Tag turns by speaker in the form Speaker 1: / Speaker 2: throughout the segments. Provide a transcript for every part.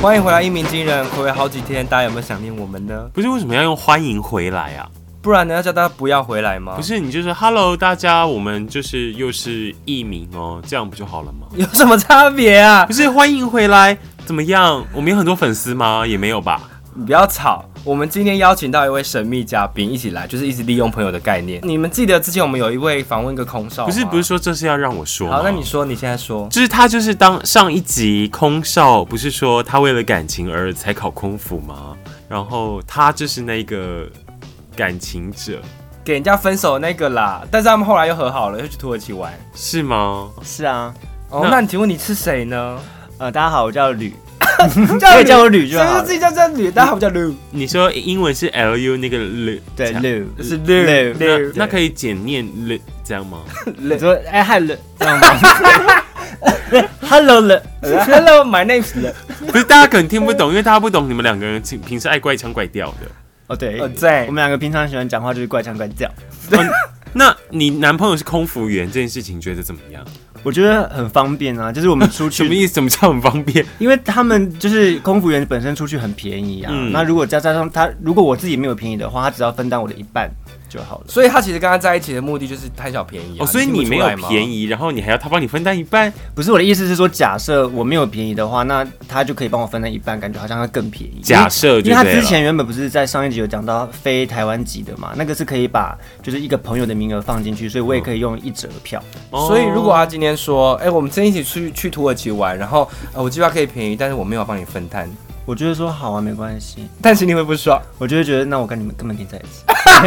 Speaker 1: 欢迎回来，一鸣惊人，回味好几天，大家有没有想念我们呢？
Speaker 2: 不是为什么要用欢迎回来啊？
Speaker 1: 不然呢，要叫大家不要回来吗？
Speaker 2: 不是你就是 Hello 大家，我们就是又是艺名哦，这样不就好了吗？
Speaker 1: 有什么差别啊
Speaker 2: 不？是欢迎回来怎么样？我们有很多粉丝吗？也没有吧。
Speaker 1: 你不要吵。我们今天邀请到一位神秘嘉宾一起来，就是一直利用朋友的概念。你们记得之前我们有一位访问一个空少吗，
Speaker 2: 不是不是说这是要让我说吗
Speaker 1: 啊好，那你说，你现在说，
Speaker 2: 就是他就是当上一集空少不是说他为了感情而才考空腹吗？然后他就是那个感情者
Speaker 1: 给人家分手的那个啦，但是他们后来又和好了，又去土耳其玩。
Speaker 2: 是吗？
Speaker 3: 是啊，
Speaker 1: 哦，
Speaker 2: 那
Speaker 1: 那你请问你是谁呢？
Speaker 3: 呃，大家好，我叫吕，
Speaker 1: 吕
Speaker 3: 可以叫我吕就好
Speaker 1: 是不是
Speaker 3: 了
Speaker 1: 自。己叫叫吕，大家好，我叫 吕，
Speaker 2: 你说英文是 L U 那个 L
Speaker 3: 对，吕
Speaker 1: 是
Speaker 3: 吕
Speaker 1: 吕
Speaker 2: 那
Speaker 1: 吕
Speaker 2: 那可以简念 L 这样吗？
Speaker 3: 你说哎嗨 了，这样吗？Hello 了，
Speaker 1: Hello, my name is
Speaker 2: 不是大家可能听不懂，因为大家不懂你们两个人平平时爱怪腔怪调的。
Speaker 3: 哦
Speaker 2: 哎
Speaker 3: 对
Speaker 1: 呃，在
Speaker 3: 我们两个平常喜欢讲话就是怪腔怪调，
Speaker 2: 那你男朋友是空服员这件事情觉得怎么样？
Speaker 3: 我觉得很方便啊，就是我们出
Speaker 2: 什么
Speaker 3: 去，
Speaker 2: 意思？怎么叫很方便？
Speaker 3: 因为他们就是空服员本身出去很便宜啊，
Speaker 2: 嗯
Speaker 3: 那如果加加上他，如果我自己没有便宜的话，他只要分担我的一半就好了。
Speaker 1: 所以他其实跟他在一起的目的就是贪小便宜、啊。
Speaker 2: 哦，所以你没有便
Speaker 1: 宜，
Speaker 2: 宜，然后你还要他帮你分担一半，
Speaker 3: 不是我的意思是说，假设我没有便宜的话，那他就可以帮我分担一半，感觉好像他更便宜。
Speaker 2: 假设
Speaker 3: 因
Speaker 2: 就
Speaker 3: 为他
Speaker 2: 对了
Speaker 3: 之前原本不是在上一集有讲到非台湾籍的嘛，那个是可以把就是一个朋友的名额放进去，所以我也可以用一折票。
Speaker 2: 哦
Speaker 1: 所以如
Speaker 3: 啊
Speaker 1: 果他今天说，哎、我们今天一起出去去土耳其玩，然后呃，我计划可以便宜，但是我没有帮你分摊，
Speaker 3: 我就会说好啊，没关系。
Speaker 1: 但是你会不爽。
Speaker 3: 我就会觉得那我跟你们根本没在一起，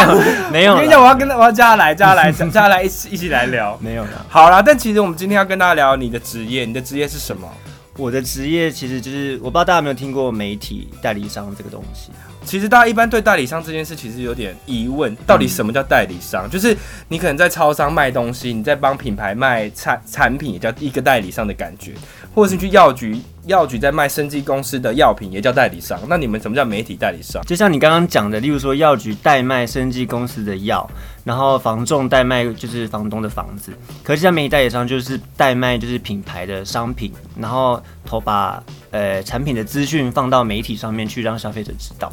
Speaker 3: 没有
Speaker 1: 我跟
Speaker 3: 没
Speaker 1: 你讲，
Speaker 3: 有啦
Speaker 1: 我要跟他，我要叫他来，叫他来，叫他来一起一起来聊。
Speaker 3: 没有啦。
Speaker 1: 好啦，但其实我们今天要跟大家聊你的职业，你的职业是什么？
Speaker 3: 我的职业其实就是我不知道大家有没有听过媒体代理商这个东西。
Speaker 1: 其实大家一般对代理商这件事其实有点疑问，到底什么叫代理商？就是你可能在超商卖东西，你在帮品牌卖产产品，也叫一个代理商的感觉，或者是你去药局，药局在卖生技公司的药品也叫代理商。那你们什么叫媒体代理商？
Speaker 3: 就像你刚刚讲的，例如说药局代卖生技公司的药，然后房仲代卖就是房东的房子，可是像媒体代理商就是代卖就是品牌的商品，然后投把呃产品的资讯放到媒体上面去让消费者知道。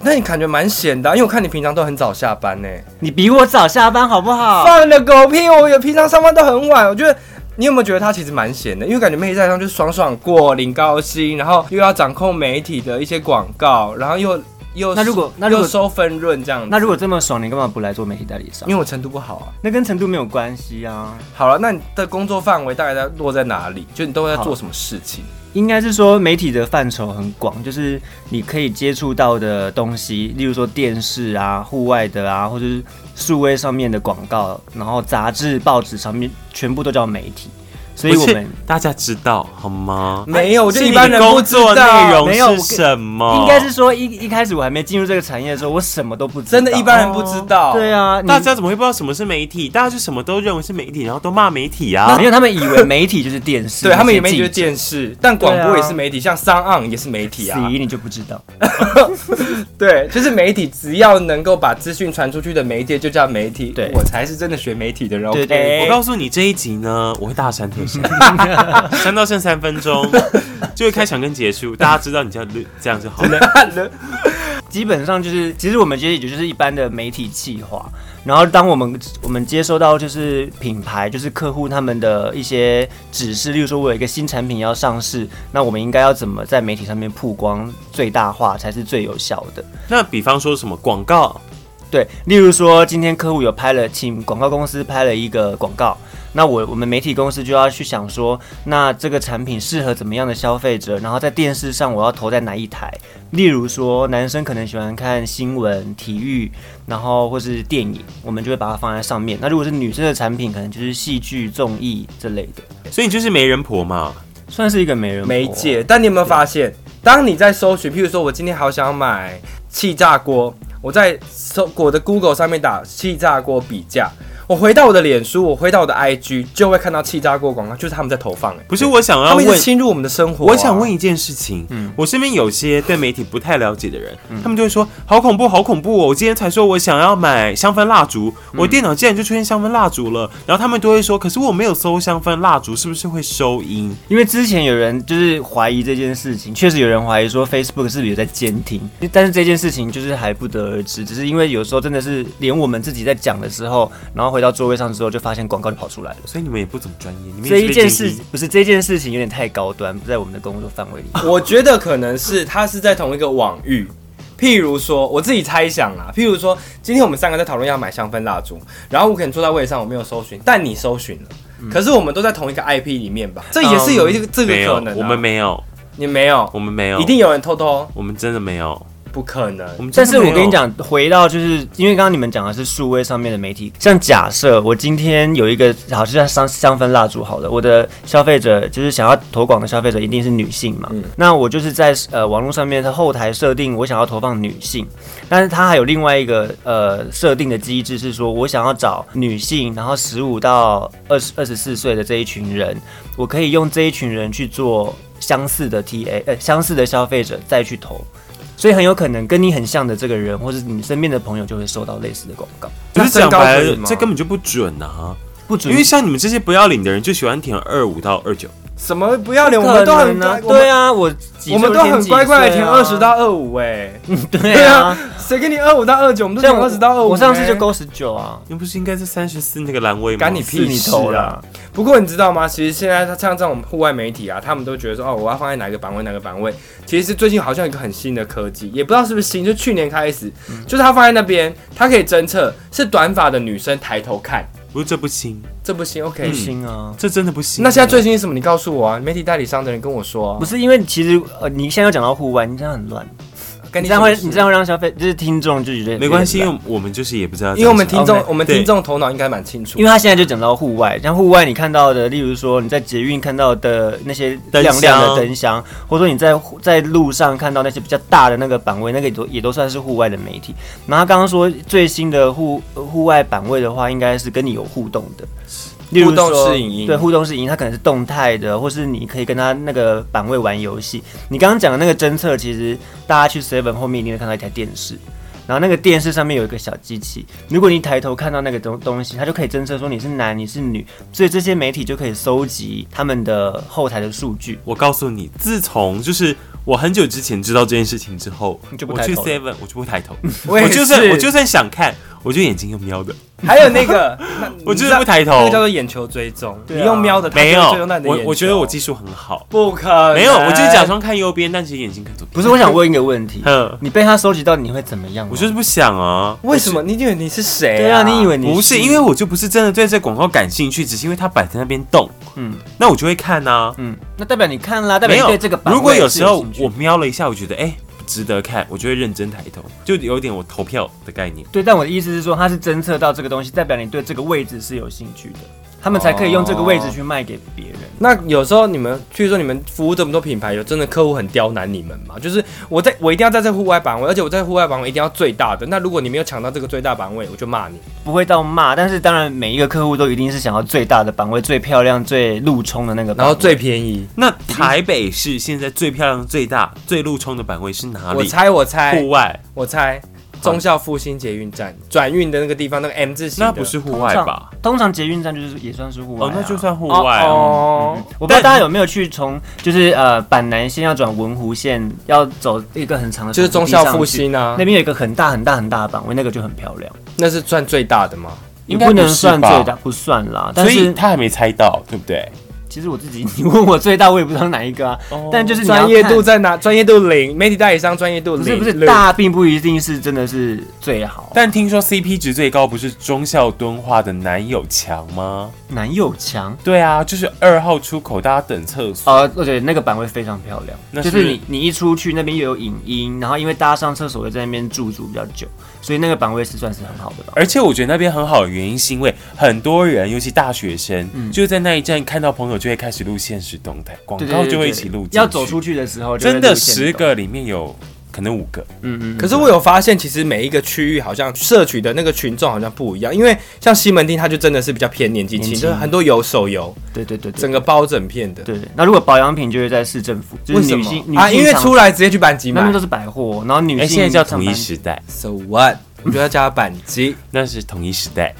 Speaker 1: 那你感觉蛮闲的啊、因为我看你平常都很早下班呢、
Speaker 3: 你比我早下班好不好？
Speaker 1: 放你的狗屁！我有平常上班都很晚，我觉得。你有没有觉得他其实蛮闲的？因为感觉媒体代理商就是爽爽过，领高薪，然后又要掌控媒体的一些广告，然后又又
Speaker 3: 那如果那如
Speaker 1: 又
Speaker 3: 果
Speaker 1: 收分润这样子。
Speaker 3: 那如果这么爽，你干嘛不来做媒体代理商
Speaker 1: 因？为我程度不好啊。
Speaker 3: 那跟程度没有关系啊，
Speaker 1: 好了，那你的工作范围大概在落在哪里？就你都在做什么事情？
Speaker 3: 应该是说媒体的范畴很广，就是你可以接触到的东西，例如说电视啊、户外的啊，或者是数位上面的广告，然后杂志、报纸上面全部都叫媒体。所以
Speaker 2: 不
Speaker 3: 我
Speaker 2: 是
Speaker 3: 们
Speaker 2: 大家知道好吗？
Speaker 1: 没有，我觉得
Speaker 2: 是
Speaker 1: 一
Speaker 2: 你
Speaker 1: 般人
Speaker 2: 的
Speaker 1: 不
Speaker 2: 工
Speaker 1: 知
Speaker 2: 作内
Speaker 1: 道。
Speaker 3: 没有我
Speaker 2: 容
Speaker 3: 跟
Speaker 2: 是什么？
Speaker 3: 应该是说一一开始我还没进入这个产业的时候，我什么都不知道。
Speaker 1: 真的，一般人不知道。
Speaker 3: 对
Speaker 1: 啊，
Speaker 3: 啊，你
Speaker 2: 大家怎么会不知道什么是媒体？大家就什么都认为是媒体，然后都骂媒体啊
Speaker 3: 没。有他们以为媒体就是电视，
Speaker 1: 对他们也
Speaker 3: 那
Speaker 1: 媒
Speaker 3: 些
Speaker 1: 体
Speaker 3: 记
Speaker 1: 就是
Speaker 3: 者
Speaker 1: 电视，但广播
Speaker 3: 对啊
Speaker 1: 也是媒体，像商岸也是媒体啊。
Speaker 3: 死一你就不知道。
Speaker 1: 对，就是媒体，只要能够把资讯传出去的媒介就叫媒体。
Speaker 3: 对
Speaker 1: 我才是真的学媒体的人。
Speaker 3: 对对对
Speaker 2: 我
Speaker 1: OK
Speaker 2: 告诉你这一集呢，我会大删特 删，删到剩三分钟，就会开场跟结束，大家知道你叫这样就好了。
Speaker 3: 基本上就是，其实我们其实也就是一般的媒体企划。然后，当我们我们接收到就是品牌，就是客户他们的一些指示，例如说我有一个新产品要上市，那我们应该要怎么在媒体上面曝光最大化才是最有效的？
Speaker 2: 那比方说什么广告，
Speaker 3: 对，例如说今天客户有拍了，请广告公司拍了一个广告，那我我们媒体公司就要去想说，那这个产品适合怎么样的消费者，然后在电视上我要投在哪一台？例如说男生可能喜欢看新闻、体育，然后或是电影，我们就会把它放在上面。那如果是女生的产品，可能就是戏剧、综艺这类的，
Speaker 2: 所以你就是媒人婆嘛。
Speaker 3: 算是一个媒 人
Speaker 1: 媒
Speaker 3: 婆啊
Speaker 1: 介。但你有没有发现，当你在搜寻，譬如说我今天好想买气炸锅，我在搜我的 Google 上面打气炸锅比价，我回到我的脸书，我回到我的 IG，就会看到气炸锅广告，就是他们在投放、欸。
Speaker 2: 不是我想
Speaker 1: 他
Speaker 2: 要
Speaker 1: 们一直
Speaker 2: 问，
Speaker 1: 侵入我们的生活啊、嗯
Speaker 2: 我想问一件事情，我身边有些对媒体不太了解的人，他们就会说好恐怖，好恐怖哦！我今天才说我想要买香氛蜡烛，
Speaker 1: 嗯
Speaker 2: 我电脑竟然就出现香氛蜡烛了，然后他们都会说，可是我没有搜香氛蜡烛，是不是会收音？
Speaker 3: 因为之前有人就是怀疑这件事情，确实有人怀疑说 Facebook 是不是有在监听，但是这件事情就是还不得而知，只是因为有时候真的是连我们自己在讲的时候，然后回到座位上之后就发现广告就跑出来了。
Speaker 2: 所以你们也不怎么专业，你们
Speaker 3: 这
Speaker 2: 也是
Speaker 3: 一
Speaker 2: 被
Speaker 3: 件
Speaker 2: 监
Speaker 3: 事
Speaker 2: 听
Speaker 3: 不是这件事情有点太高端，不在我们的工作范围里。
Speaker 1: 我觉得可能是他是在同一个网域。譬如说，我自己猜想啦。譬如说，今天我们三个在讨论要买香氛蜡烛，然后我可能坐在位上，我没有搜寻，但你搜寻了。
Speaker 3: 嗯
Speaker 1: 可是我们都在同一个 IP 里面吧？这也是有一个、这个
Speaker 2: 没有
Speaker 1: 可能、啊。
Speaker 2: 我们没有，
Speaker 1: 你没有，
Speaker 2: 我们没有，
Speaker 1: 一定有人偷偷，
Speaker 2: 我们真的没有，
Speaker 1: 不可能。
Speaker 2: 我们真
Speaker 3: 但
Speaker 2: 的
Speaker 3: 是
Speaker 2: 没
Speaker 3: 我
Speaker 2: 有
Speaker 3: 跟你，讲，回到就是因为刚刚你们讲的是数位上面的媒体，像假设我今天有一个好像香香氛蜡烛好了，我的消费者就是想要投广的消费者一定是女性嘛，
Speaker 2: 嗯
Speaker 3: 那我就是在呃网络上面的后台设定我想要投放女性，但是它还有另外一个呃设定的机制是说我想要找女性，然后十五到二十二十四岁的这一群人，我可以用这一群人去做相似的 TA 呃相似的消费者再去投。所以很有可能跟你很像的这个人，或是你身边的朋友，就会收到类似的广告。
Speaker 2: 可是讲
Speaker 1: 那身
Speaker 2: 白
Speaker 1: 高可
Speaker 2: 了
Speaker 1: 以，吗嗯
Speaker 2: 这根本就不准啊！
Speaker 3: 不准，
Speaker 2: 因为像你们这些不要脸的人，就喜欢填二五到二九。
Speaker 1: 什么不要脸？我
Speaker 3: 不
Speaker 1: 们
Speaker 3: 可
Speaker 1: 都很
Speaker 3: 能啊，
Speaker 1: 我们
Speaker 3: 对啊，我几
Speaker 1: 我们都
Speaker 3: 岁就填
Speaker 1: 很
Speaker 3: 几
Speaker 1: 乖乖的
Speaker 3: 岁
Speaker 1: 填
Speaker 3: 啊
Speaker 1: 二十，到二五哎。
Speaker 3: 对啊，，
Speaker 1: 谁给你二五到二九？我们都填
Speaker 3: 像
Speaker 1: 二十到二五。哎
Speaker 3: 我上次就勾十九啊，
Speaker 2: 那不是应该是三十四那个栏位吗？
Speaker 1: 干你屁
Speaker 3: 是你投
Speaker 1: 是
Speaker 3: 啦
Speaker 1: 啊，不过你知道吗？其实现在他像这种户外媒体啊，他们都觉得说哦，我要放在哪个版位哪个版位。其实最近好像有一个很新的科技，也不知道是不是新，就去年开始，
Speaker 2: 嗯
Speaker 1: 就是它放在那边，它可以侦测是短发的女生抬头看，
Speaker 2: 不是这不行，
Speaker 1: 这不行，OK。
Speaker 3: 不行啊。
Speaker 2: 这嗯真的不行。
Speaker 1: 那现在最新是什么？你告诉我啊！媒体代理商的人跟我说、啊
Speaker 3: 不是因为其实呃，你现在要讲到户外，你这样很乱，
Speaker 1: 跟
Speaker 3: 你
Speaker 1: 你
Speaker 3: 这样会
Speaker 1: 什么事
Speaker 3: 你这样，会让消费就是听众就觉得
Speaker 2: 没关系，
Speaker 3: 有
Speaker 2: 因
Speaker 3: 点
Speaker 2: 为我们就是也不知道，
Speaker 1: 因为我们听众
Speaker 3: OK，
Speaker 1: 我们
Speaker 2: 哦对
Speaker 1: 听众头脑应该蛮清楚
Speaker 3: 乱，因为他现在就讲到户外，像户外你看到的，例如说你在捷运看到的那些亮亮的灯箱，或者说你在在路上看到那些比较大的那个版位，那个也都也都算是户外的媒体。然后他刚刚说最新的户户外版位的话，应该是跟你有互动的，例如说
Speaker 1: 互动式影音
Speaker 3: 对，互动式影音，它可能是动态的，或是你可以跟他那个版位玩游戏。你刚刚讲的那个侦测，其实大家去 Seven 后面一定会看到一台电视。然后那个电视上面有一个小机器，如果你抬头看到那个东东西，它就可以侦测说你是男你是女，所以这些媒体就可以搜集他们的后台的数据。
Speaker 2: 我告诉你，自从就是我很久之前知道这件事情之后，
Speaker 3: 你就不
Speaker 2: 我
Speaker 3: 抬
Speaker 2: 去
Speaker 3: 头了
Speaker 2: Seven 我就不会抬头，
Speaker 1: 我也
Speaker 2: 就是算我就算想看，我就眼睛用瞄的，
Speaker 1: 还有那个，那
Speaker 2: 我
Speaker 1: 你知
Speaker 2: 就
Speaker 1: 道
Speaker 2: 是不抬
Speaker 1: 那
Speaker 2: 头
Speaker 1: 个叫。做眼球追踪，
Speaker 3: 对啊
Speaker 1: 你用瞄的，它
Speaker 2: 没
Speaker 1: 就会
Speaker 2: 有
Speaker 1: 追踪到你，的
Speaker 2: 我
Speaker 1: 眼
Speaker 2: 我觉得我
Speaker 1: 球
Speaker 2: 技术很好，
Speaker 1: 不可能，啊
Speaker 2: 没有，我就是假装看右边，但其实眼睛看左边。
Speaker 3: 不是，我想问一个问 题，
Speaker 2: 哼，
Speaker 3: 你被他收集到你会怎么样吗？
Speaker 2: 我就是不想啊。
Speaker 1: 为什么？你以为你是谁、
Speaker 3: 对啊，你以为你
Speaker 2: 哎不是，因为我就不是真的对这广告感兴趣，只是因为它摆在那边动，
Speaker 3: 嗯
Speaker 2: 那我就会看啊。
Speaker 3: 嗯，那代表你看啦，代
Speaker 2: 没
Speaker 3: 表你
Speaker 2: 有
Speaker 3: 对这个版位
Speaker 2: 如果有
Speaker 3: 是
Speaker 2: 时候
Speaker 3: 兴趣
Speaker 2: 我瞄了一下，我觉得哎、不值得看，我就会认真抬头，就有点我投票的概念。
Speaker 3: 对，但我的意思是说，它是侦测到这个东西，代表你对这个位置是有兴趣的，他们才可以用这个位置去卖给别人。
Speaker 1: 那有时候你们，譬如说你们服务这么多品牌，有真的客户很刁难你们吗？就是我在我一定要在这户外版位，而且我在户外版位一定要最大的。那如果你没有抢到这个最大版位，我就骂你。
Speaker 3: 不会到骂，但是当然每一个客户都一定是想要最大的版位、最漂亮、最路冲的那个版
Speaker 1: 然
Speaker 3: 位，
Speaker 1: 后最便宜，
Speaker 2: 那台北市现在最漂亮、最大、最路冲的版位是哪
Speaker 1: 我
Speaker 2: 里？
Speaker 1: 猜我猜
Speaker 2: 户外，
Speaker 1: 我猜，忠孝复兴捷运站转运的那个地方，那个 M 字形的，
Speaker 2: 那不是户外吧？
Speaker 3: 通常捷运站就是也算是户外、啊
Speaker 2: 哦，那就算户
Speaker 1: 哦
Speaker 2: 外啊、
Speaker 1: 哦
Speaker 3: 我不知道大家有没有去从就是呃板南线要转文湖线，要走一个很长的
Speaker 1: 就是
Speaker 3: 从
Speaker 1: 忠
Speaker 3: 地上
Speaker 1: 孝复
Speaker 3: 去、
Speaker 1: 兴啊
Speaker 3: 那，边有一个很大很大很大的版位，那个就很漂亮，
Speaker 1: 那是算最大的吗？
Speaker 3: 也
Speaker 2: 应该不
Speaker 3: 能
Speaker 2: 是
Speaker 3: 算
Speaker 2: 吧
Speaker 3: 最大，不算啦。但
Speaker 2: 所以
Speaker 3: 是
Speaker 2: 他还没猜到，对不对？
Speaker 3: 其实我自己，你问我最大，我也不知道哪一个啊。但就是你要
Speaker 1: 专业
Speaker 3: 看
Speaker 1: 度在哪？专业度零，媒体代理商专业度
Speaker 3: 不
Speaker 1: 零，
Speaker 3: 是不
Speaker 1: 零
Speaker 3: 是，大，并不一定是真的是最好。
Speaker 2: 但听说 CP 值最高不是忠孝敦化的男友强吗？
Speaker 3: 男友强，
Speaker 2: 对啊，就是二号出口，大家等厕所。
Speaker 3: 呃，我觉得那个版位非常漂亮，
Speaker 2: 那
Speaker 3: 就是是你你一出去那边又有影音，然后因为大家上厕所会在那边驻足比较久，所以那个版位是算是很好的吧。
Speaker 2: 而且我觉得那边很好的原因，是因为很多人，尤其大学生，就在那一站看到朋友，就会开始录现实动态，广
Speaker 3: 嗯对对
Speaker 2: 告
Speaker 3: 对
Speaker 2: 就会
Speaker 3: 对
Speaker 2: 一起录进去。
Speaker 3: 要走出去的时候就会
Speaker 2: 真的
Speaker 3: 录线
Speaker 2: 十
Speaker 3: 动，
Speaker 2: 个里面有可能五个，
Speaker 3: 嗯嗯，
Speaker 1: 可是我有发现，其实每一个区域好像摄取的那个群众好像不一样，因为像西门町，它就真的是比较偏年纪轻，
Speaker 3: 年轻
Speaker 1: 就是很多有手游，
Speaker 3: 对对对对
Speaker 1: 整个包整片的。
Speaker 3: 对对。那如果保养品就会在市政府，就
Speaker 1: 为
Speaker 3: 是
Speaker 1: 什
Speaker 3: 女
Speaker 1: 么
Speaker 3: 性女性
Speaker 1: 啊？因为
Speaker 3: 厂
Speaker 1: 出来直接去板机
Speaker 3: 那
Speaker 1: 买
Speaker 3: 边都是百货，然后女
Speaker 2: 哎、
Speaker 3: 性
Speaker 2: 现在叫
Speaker 3: 上
Speaker 2: 统一
Speaker 3: 班
Speaker 2: 时代，
Speaker 1: ，so what？我觉得叫它板机。
Speaker 2: 那是统一时代，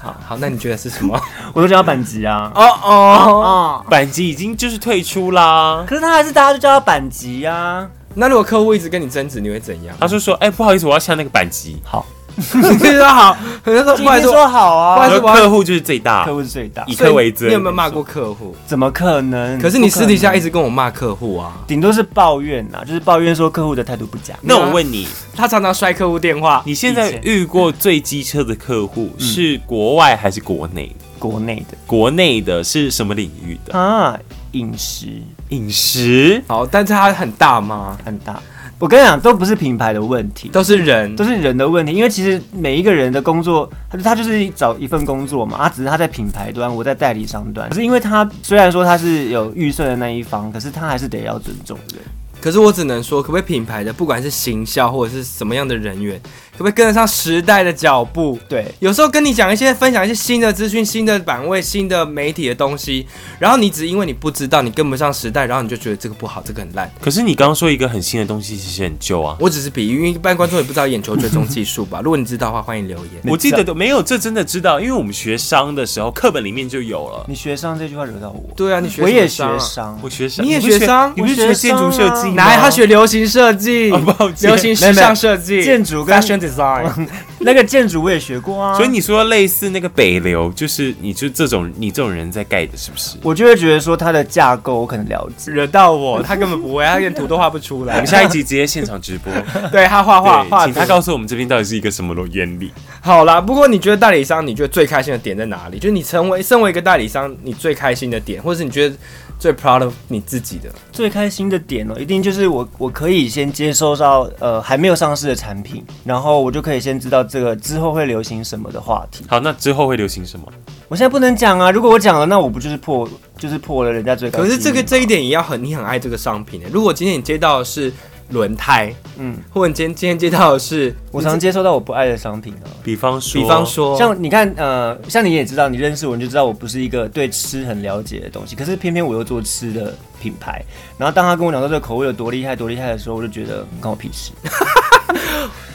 Speaker 1: 好，那你觉得是什么？
Speaker 3: 我都叫它板级 啊。
Speaker 1: 哦哦。
Speaker 3: 哦，
Speaker 2: 板机已经就是退出啦。
Speaker 3: 可是他还是大家就叫他板级啊。
Speaker 1: 那如果客户一直跟你争执，你会怎样？
Speaker 2: 他就说：“哎、不好意思，我要下那个板机。
Speaker 3: 好，
Speaker 1: 你说好，人家说
Speaker 3: 今
Speaker 1: 不好意
Speaker 3: 天
Speaker 1: 思，
Speaker 3: 说好
Speaker 1: 不好
Speaker 3: 啊
Speaker 1: 意，
Speaker 2: 然
Speaker 1: 思
Speaker 2: 后客户就是最大
Speaker 3: 客，户是最大，
Speaker 2: 以
Speaker 1: 所以
Speaker 2: 客为尊。
Speaker 1: 你有没有骂过客户？
Speaker 3: 怎么可能？
Speaker 1: 可是你
Speaker 3: 嗯不
Speaker 1: 私底下
Speaker 3: 能啊
Speaker 1: 一直跟我骂客户啊，
Speaker 3: 顶多是抱怨呐，就是抱怨说客户的态度不佳。
Speaker 2: 那我问你，
Speaker 1: 他常常摔客户电话。
Speaker 2: 你现在
Speaker 3: 以前嗯
Speaker 2: 遇过最机车的客户是国外还是国内？
Speaker 3: 国内的
Speaker 2: 国内的是什么领域的？
Speaker 3: 啊，饮食
Speaker 2: 饮食。
Speaker 1: 好，但是他很大吗？
Speaker 3: 很大。我跟你讲，都不是品牌的问题，
Speaker 1: 都是人
Speaker 3: 都，是人的问题。因为其实每一个人的工作，他他就是找一份工作嘛，啊，只是他在品牌端，我在代理商端。可是因为他虽然说他是有预算的那一方，可是他还是得要尊重人。
Speaker 1: 可是我只能说，可不可以品牌的，不管是行销或者是什么样的人员，可不可以跟得上时代的脚步？
Speaker 3: 对，
Speaker 1: 有时候跟你讲一些分享一些新的资讯、新的版位、新的媒体的东西，然后你只因为你不知道，你跟不上时代，然后你就觉得这个不好，这个很烂。
Speaker 2: 可是你刚刚说一个很新的东西，其实很旧啊。
Speaker 1: 我只是比喻，因为一般观众也不知道眼球追踪技术 吧。如果你知道的话，欢迎留言。
Speaker 2: 我记得都没有，这真的知道，因为我们学商的时候课本里面就有了。
Speaker 3: 你学商这句话惹到我，
Speaker 1: 对啊，你学
Speaker 3: 我也
Speaker 1: 什么商啊
Speaker 3: 学商，
Speaker 2: 我学商，
Speaker 1: 你也
Speaker 2: 不是
Speaker 1: 学商
Speaker 2: 你不是
Speaker 3: 我
Speaker 2: 学
Speaker 3: 学
Speaker 2: 建筑设计
Speaker 3: 商啊
Speaker 2: 吗？
Speaker 1: 哪有他学流行设计
Speaker 2: 哦抱，歉
Speaker 1: 流行时尚设计、
Speaker 3: 建筑跟
Speaker 1: fashion design，
Speaker 3: 那个建筑我也学过啊，
Speaker 2: 所以你说类似那个北流，就是你就这种你这种人在盖的，是不是？
Speaker 3: 我就会觉得说它的架构我可能了 解。
Speaker 1: 惹到我，他根本不会，他连图都画不出
Speaker 2: 我
Speaker 1: 来
Speaker 2: 们。下一集直接现场直播，
Speaker 1: 对他画画
Speaker 2: 对，
Speaker 1: 画
Speaker 2: 请
Speaker 1: 图，
Speaker 2: 他告诉我们这边到底是一个什么原理。
Speaker 1: 好啦，不过你觉得代理商，你觉得最开心的点在哪里？就是你成为身为一个代理商，你最开心的点，或者是你觉得最 proud of 你自己的？
Speaker 3: 最开心的点哦，一定就是我我可以先接收到呃还没有上市的产品，然后我就可以先知道这个之后会流行什么的话题。
Speaker 2: 好，那之后会流行什么？
Speaker 3: 我现在不能讲啊，如果我讲了，那我不就是破就是破了人家最高纪
Speaker 1: 可
Speaker 3: 录吗？
Speaker 1: 是这个这一点也要很你很爱这个商品、欸。如果今天你接到的是轮胎，
Speaker 3: 嗯，
Speaker 1: 或者你今天今天接到的是，
Speaker 3: 我常接收到我不爱的商品啊。
Speaker 2: 比方说，
Speaker 1: 比方，说
Speaker 3: 像你看，呃，像你也知道，你认识我，你就知道我不是一个对吃很了解的东西。可是偏偏我又做吃的品牌，然后当他跟我讲到这个口味有多厉害、多厉害的时候，我就觉得嗯关我屁事。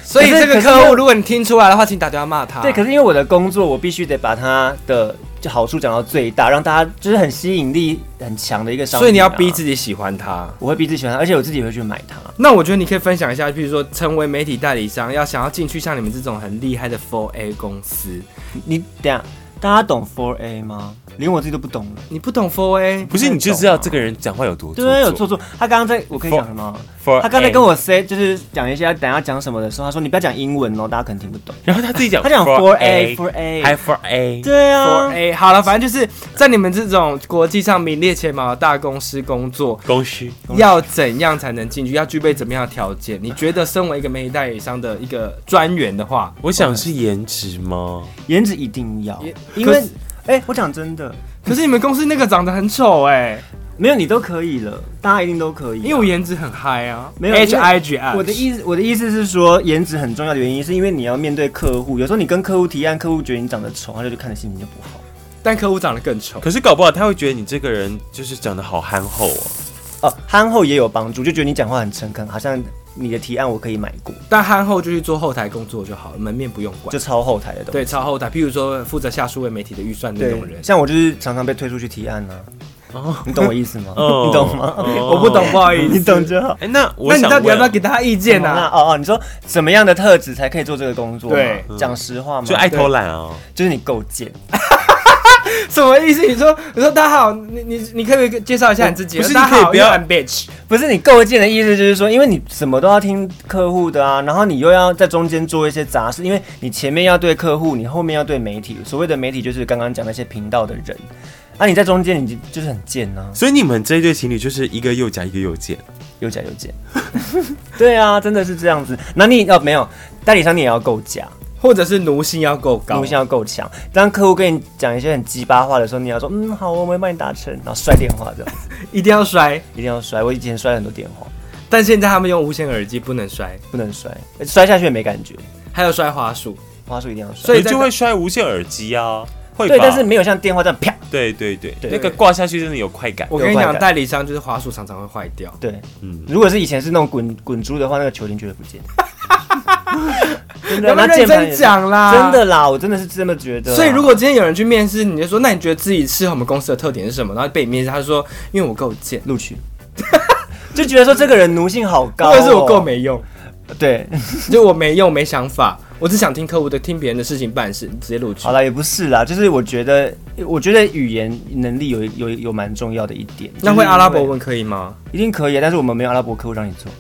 Speaker 1: 所以
Speaker 3: 可是
Speaker 1: 这个
Speaker 3: 可是
Speaker 1: 客
Speaker 3: 那
Speaker 1: 户，如果你听出来的话，请打电话骂他。
Speaker 3: 对，可是因为我的工作，我必须得把它的就好处讲到最大，让大家就是很吸引力很强的一个商品、啊
Speaker 1: 所以你要啊逼自
Speaker 3: 己，
Speaker 1: 己喜欢它。
Speaker 3: 我会逼自己喜欢它，而且我自己会去买它。
Speaker 1: 那我觉得你可以分享一下，比如说成为媒体代理商，要想要进去像你们这种很厉害的 Four A 公司，
Speaker 3: 你等一下，大家懂 Four A 吗？连我自己都不懂了。
Speaker 1: 你不懂 Four A，
Speaker 2: 不是你就知道这个人讲话有多做
Speaker 3: 对啊，有做作。他刚刚在，我可以讲什么？
Speaker 2: For
Speaker 3: 他刚才跟
Speaker 2: A
Speaker 3: 我 say 就是讲一些等一下讲什么的时候，他说你不要讲英文哦，大家可能听不懂。
Speaker 2: 然后他自己讲，
Speaker 3: 他讲
Speaker 2: for
Speaker 3: Four A Four A，
Speaker 2: 还 for A，
Speaker 3: 对啊
Speaker 1: Four，A 好了，反正就是在你们这种国际上名列前茅的大公司工作，
Speaker 2: 供需
Speaker 1: 要怎样才能进去？要具备怎么样的条件？你觉得身为一个媒体代理商的一个专员的话，
Speaker 2: 我想是颜值吗？
Speaker 3: 颜值一定要
Speaker 1: 也，
Speaker 3: 因
Speaker 1: 可
Speaker 3: 为
Speaker 1: 是
Speaker 3: 哎、我讲真的，
Speaker 1: 可是你们公司那个长得很丑哎、
Speaker 3: 没有你都可以了，大家一定都可以啊、
Speaker 1: 因为我颜值很嗨啊，
Speaker 3: 没有
Speaker 1: H I G
Speaker 3: 我
Speaker 1: I，
Speaker 3: 的意思，我的意思是说，颜值很重要的原因，是因为你要面对客户。有时候你跟客户提案，客户觉得你长得丑，他就看的心情就不好。
Speaker 1: 但客户长得更丑。
Speaker 2: 可是搞不好他会觉得你这个人就是长得好憨厚 哦。
Speaker 1: 啊
Speaker 3: 哦，憨厚也有帮助，就觉得你讲话很诚恳，好像你的提案我可以买过，
Speaker 1: 但憨厚就去做后台工作就好了，门面不用管
Speaker 3: 就。超后台的东 西。
Speaker 1: 对，超后台，譬如说负责下数位媒体的预算的那种人。
Speaker 3: 像我就是常常被推出去提案呢、
Speaker 2: 哦
Speaker 3: 你懂我意思吗？
Speaker 2: 哦
Speaker 3: 你懂吗？
Speaker 2: 哦
Speaker 1: 我不懂，不好意思。
Speaker 3: 你懂就好。
Speaker 2: 哎，那我
Speaker 1: 那你
Speaker 2: 想
Speaker 1: 到底要不要
Speaker 2: 问，
Speaker 1: 给他意见
Speaker 3: 那
Speaker 1: 啊？
Speaker 3: 哦哦，你说怎么样的特质才可以做这个工作吗？
Speaker 1: 对
Speaker 3: 讲实话嘛，
Speaker 2: 就爱偷懒啊？
Speaker 3: 就是你够贱。
Speaker 1: 什么意思？你说，你说大家好，你你你可不可以介绍一下你自己？
Speaker 2: 不是
Speaker 1: 大家
Speaker 2: 你可
Speaker 1: 好
Speaker 2: 以不要
Speaker 1: I'm bitch。
Speaker 3: 不是你够贱的意思，就是说，因为你什么都要听客户的啊，然后你又要在中间做一些杂事，因为你前面要对客户，你后面要对媒体。所谓的媒体就是刚刚讲那些频道的人， 啊，你在中间你就就是很贱呐、啊，
Speaker 2: 所以你们这一对情侣就是一个又夹一个又贱，
Speaker 3: 又假又贱。对啊，真的是这样子。那你哦没有，代理商你也要够假，
Speaker 1: 或者是奴性要够高
Speaker 3: 路，线要够强。当客户跟你讲一些很鸡巴话的时候，你要说嗯好，我们会帮你达成，然后摔电话这样，
Speaker 1: 一定要摔。
Speaker 3: 一定要摔。我以前摔了很多电话。
Speaker 1: 但现在他们用无线耳机不能摔，
Speaker 3: 不能摔，哎摔下去也没感觉，
Speaker 1: 还有摔花束，
Speaker 3: 花束一定要摔。
Speaker 1: 所以
Speaker 2: 你
Speaker 1: 在
Speaker 2: 就会摔无线耳机啊，会吧？
Speaker 3: 对，但是没有像电话这样啪。
Speaker 2: 对对对，
Speaker 3: 对
Speaker 2: 那个挂下去真的有快感。
Speaker 1: 我跟你
Speaker 3: 有
Speaker 1: 讲，
Speaker 3: 快感
Speaker 1: 代理商就是花束常常会坏掉。
Speaker 3: 对，
Speaker 2: 嗯，
Speaker 3: 如果是以前是那种滚滚珠的话，那个球钉绝对不 见。
Speaker 1: 要
Speaker 3: 真的，
Speaker 1: 不要
Speaker 3: 那
Speaker 1: 认
Speaker 3: 键盘
Speaker 1: 真
Speaker 3: 也是
Speaker 1: 讲啦，
Speaker 3: 真的啦，我真的是这么觉得啊。
Speaker 1: 所以如果今天有人去面试，你就说，那你觉得自己适合我们公司的特点是什么？然后被你面试，他就说，因为我够贱，
Speaker 3: 录取， 就觉得说这个人奴性好高、
Speaker 1: 或
Speaker 3: 哦，
Speaker 1: 者是我够没用，
Speaker 3: 对，
Speaker 1: 就我没用没想法，我只想听客户的，听别人的事情办事，直接录取
Speaker 3: 好。了，也不是啦，就是我觉得，我觉得语言能力有有有蛮重要的一点。
Speaker 1: 那会阿拉伯
Speaker 3: 就是
Speaker 1: 文可以吗？
Speaker 3: 因为一定可以，但是我们没有阿拉伯客户让你做，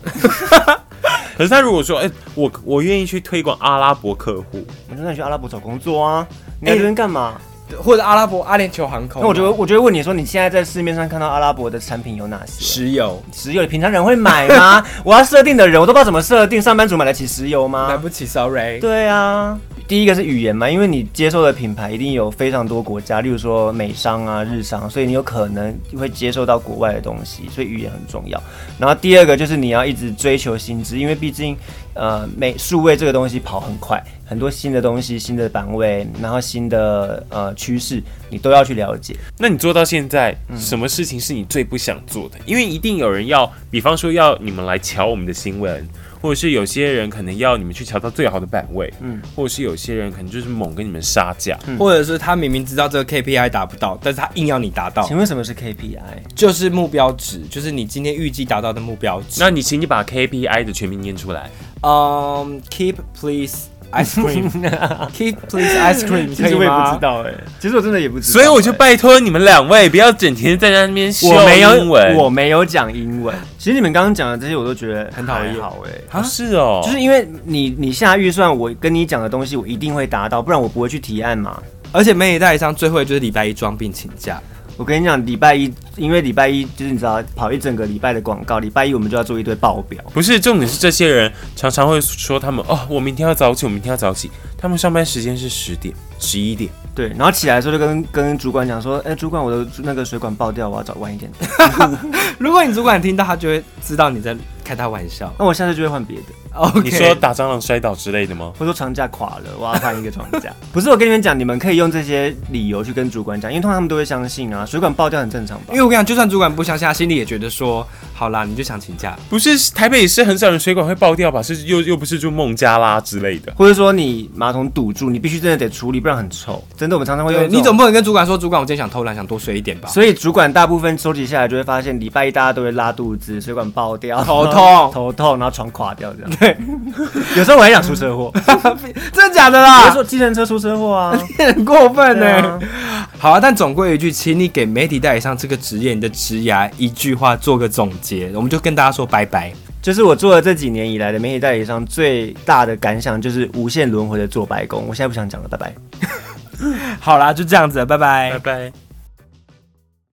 Speaker 2: 可是他如果说，哎、我我愿意去推广阿拉伯客户，
Speaker 3: 我说那你去阿拉伯找工作啊，你来这边干嘛？
Speaker 1: 或者阿拉伯阿联酋航空？
Speaker 3: 那我就会我就会问你说，你现在在市面上看到阿拉伯的产品有哪些？
Speaker 1: 石油
Speaker 3: 石油，你平常人会买 吗？我要设定的人，我都不知道怎么设定，上班族买得起石油
Speaker 1: 买
Speaker 3: 吗？
Speaker 1: 不起，sorry。
Speaker 3: 啊对啊，第一个是语言嘛，因为你接受的品牌一定有非常多国家，例如说美商啊、日商，所以你有可能会接受到国外的东西，所以语言很重要。然后第二个就是你要一直追求新知，因为毕竟呃美数位这个东西跑很快，很多新的东西、新的版位，然后新的呃趋势，你都要去了解。
Speaker 2: 那你做到现在，
Speaker 3: 嗯
Speaker 2: 什么事情是你最不想做的？因为一定有人要，比方说要你们来瞧我们的新闻，或者是有些人可能要你们去瞧到最好的版位，嗯
Speaker 3: 嗯，
Speaker 2: 或者是有些人可能就是猛跟你们杀价，
Speaker 1: 或者是他明明知道这个 KPI 达不到，但是他硬要你达到
Speaker 3: 请，问什么是 KPI？
Speaker 1: 就是目标值，就是你今天预计达到的目标值。
Speaker 2: 那你请你把 KPI 的全名念出来。
Speaker 1: 嗯、k e e p please ice cream，keep please ice cream，可以吗？
Speaker 3: 道哎、其实我真的也不知道
Speaker 2: 所
Speaker 3: 欸、
Speaker 2: 以我就拜托你们两位不要整天在那边秀
Speaker 3: 我没有
Speaker 2: 英文，
Speaker 3: 我没有讲英文。 其实你们刚刚讲的这些，我都觉得很讨厌。好哎、
Speaker 2: 啊是哦，
Speaker 3: 就是因为你你下预算，我跟你讲的东西，我一定会达到，不然我不会去提案嘛。
Speaker 1: 而且媒体代理商最会就是礼拜一装病请假，
Speaker 3: 我跟你讲，礼拜一，因为礼拜一就是你知道跑一整个礼拜的广告，礼拜一我们就要做一堆报表。
Speaker 2: 不是重点是这些人常常会说他们哦，我明天要早起，我明天要早起。他们上班时间是十点、十一点，
Speaker 3: 对，然后起来的时候就跟跟主管讲说，哎、主管，我的那个水管爆掉，我要早晚一 点。
Speaker 1: 如果你主管听到，他就会知道你在开他玩笑。
Speaker 3: 那我下次就会换别的。
Speaker 1: OK，
Speaker 2: 你说打蟑螂摔倒之类的吗？
Speaker 3: 或者说长假垮了，我要换一个长假。不是我跟你们讲，你们可以用这些理由去跟主管讲，因为通常他们都会相信啊，水管爆掉很正常吧
Speaker 1: 因？为我跟你讲，就算主管不相信，他心里也觉得说，好啦，你就想请假。
Speaker 2: 不是台北市很少人水管会爆掉吧？是又又不是住孟加拉之类的。
Speaker 3: 或者说你马桶堵住，你必须真的得处理，不然很臭。真的，我们常常会用
Speaker 1: 对
Speaker 3: 这种
Speaker 1: 你总不能跟主管说，主管我今天想偷懒，想多睡一点吧？
Speaker 3: 所以主管大部分收集下来就会发现，礼拜一大家都会拉肚子、水管爆掉、
Speaker 1: 头痛
Speaker 3: 头痛，然后床垮掉这样。对， 有时候我还想出车祸，
Speaker 1: 真的假的
Speaker 3: 比如
Speaker 1: 啦？
Speaker 3: 说计程车出车祸啊。
Speaker 1: 很过分呢、
Speaker 3: 对啊
Speaker 1: 好啊，但总归一句，请你给媒体代理商这个职业你的职涯一句话做个总结，我们就跟大家说拜拜。
Speaker 3: 就是我做了这几年以来的媒体代理商最大的感想，就是无限轮回的做白工。我现在不想讲了，拜拜。
Speaker 1: 好啦，就这样子了，拜拜
Speaker 2: 拜拜。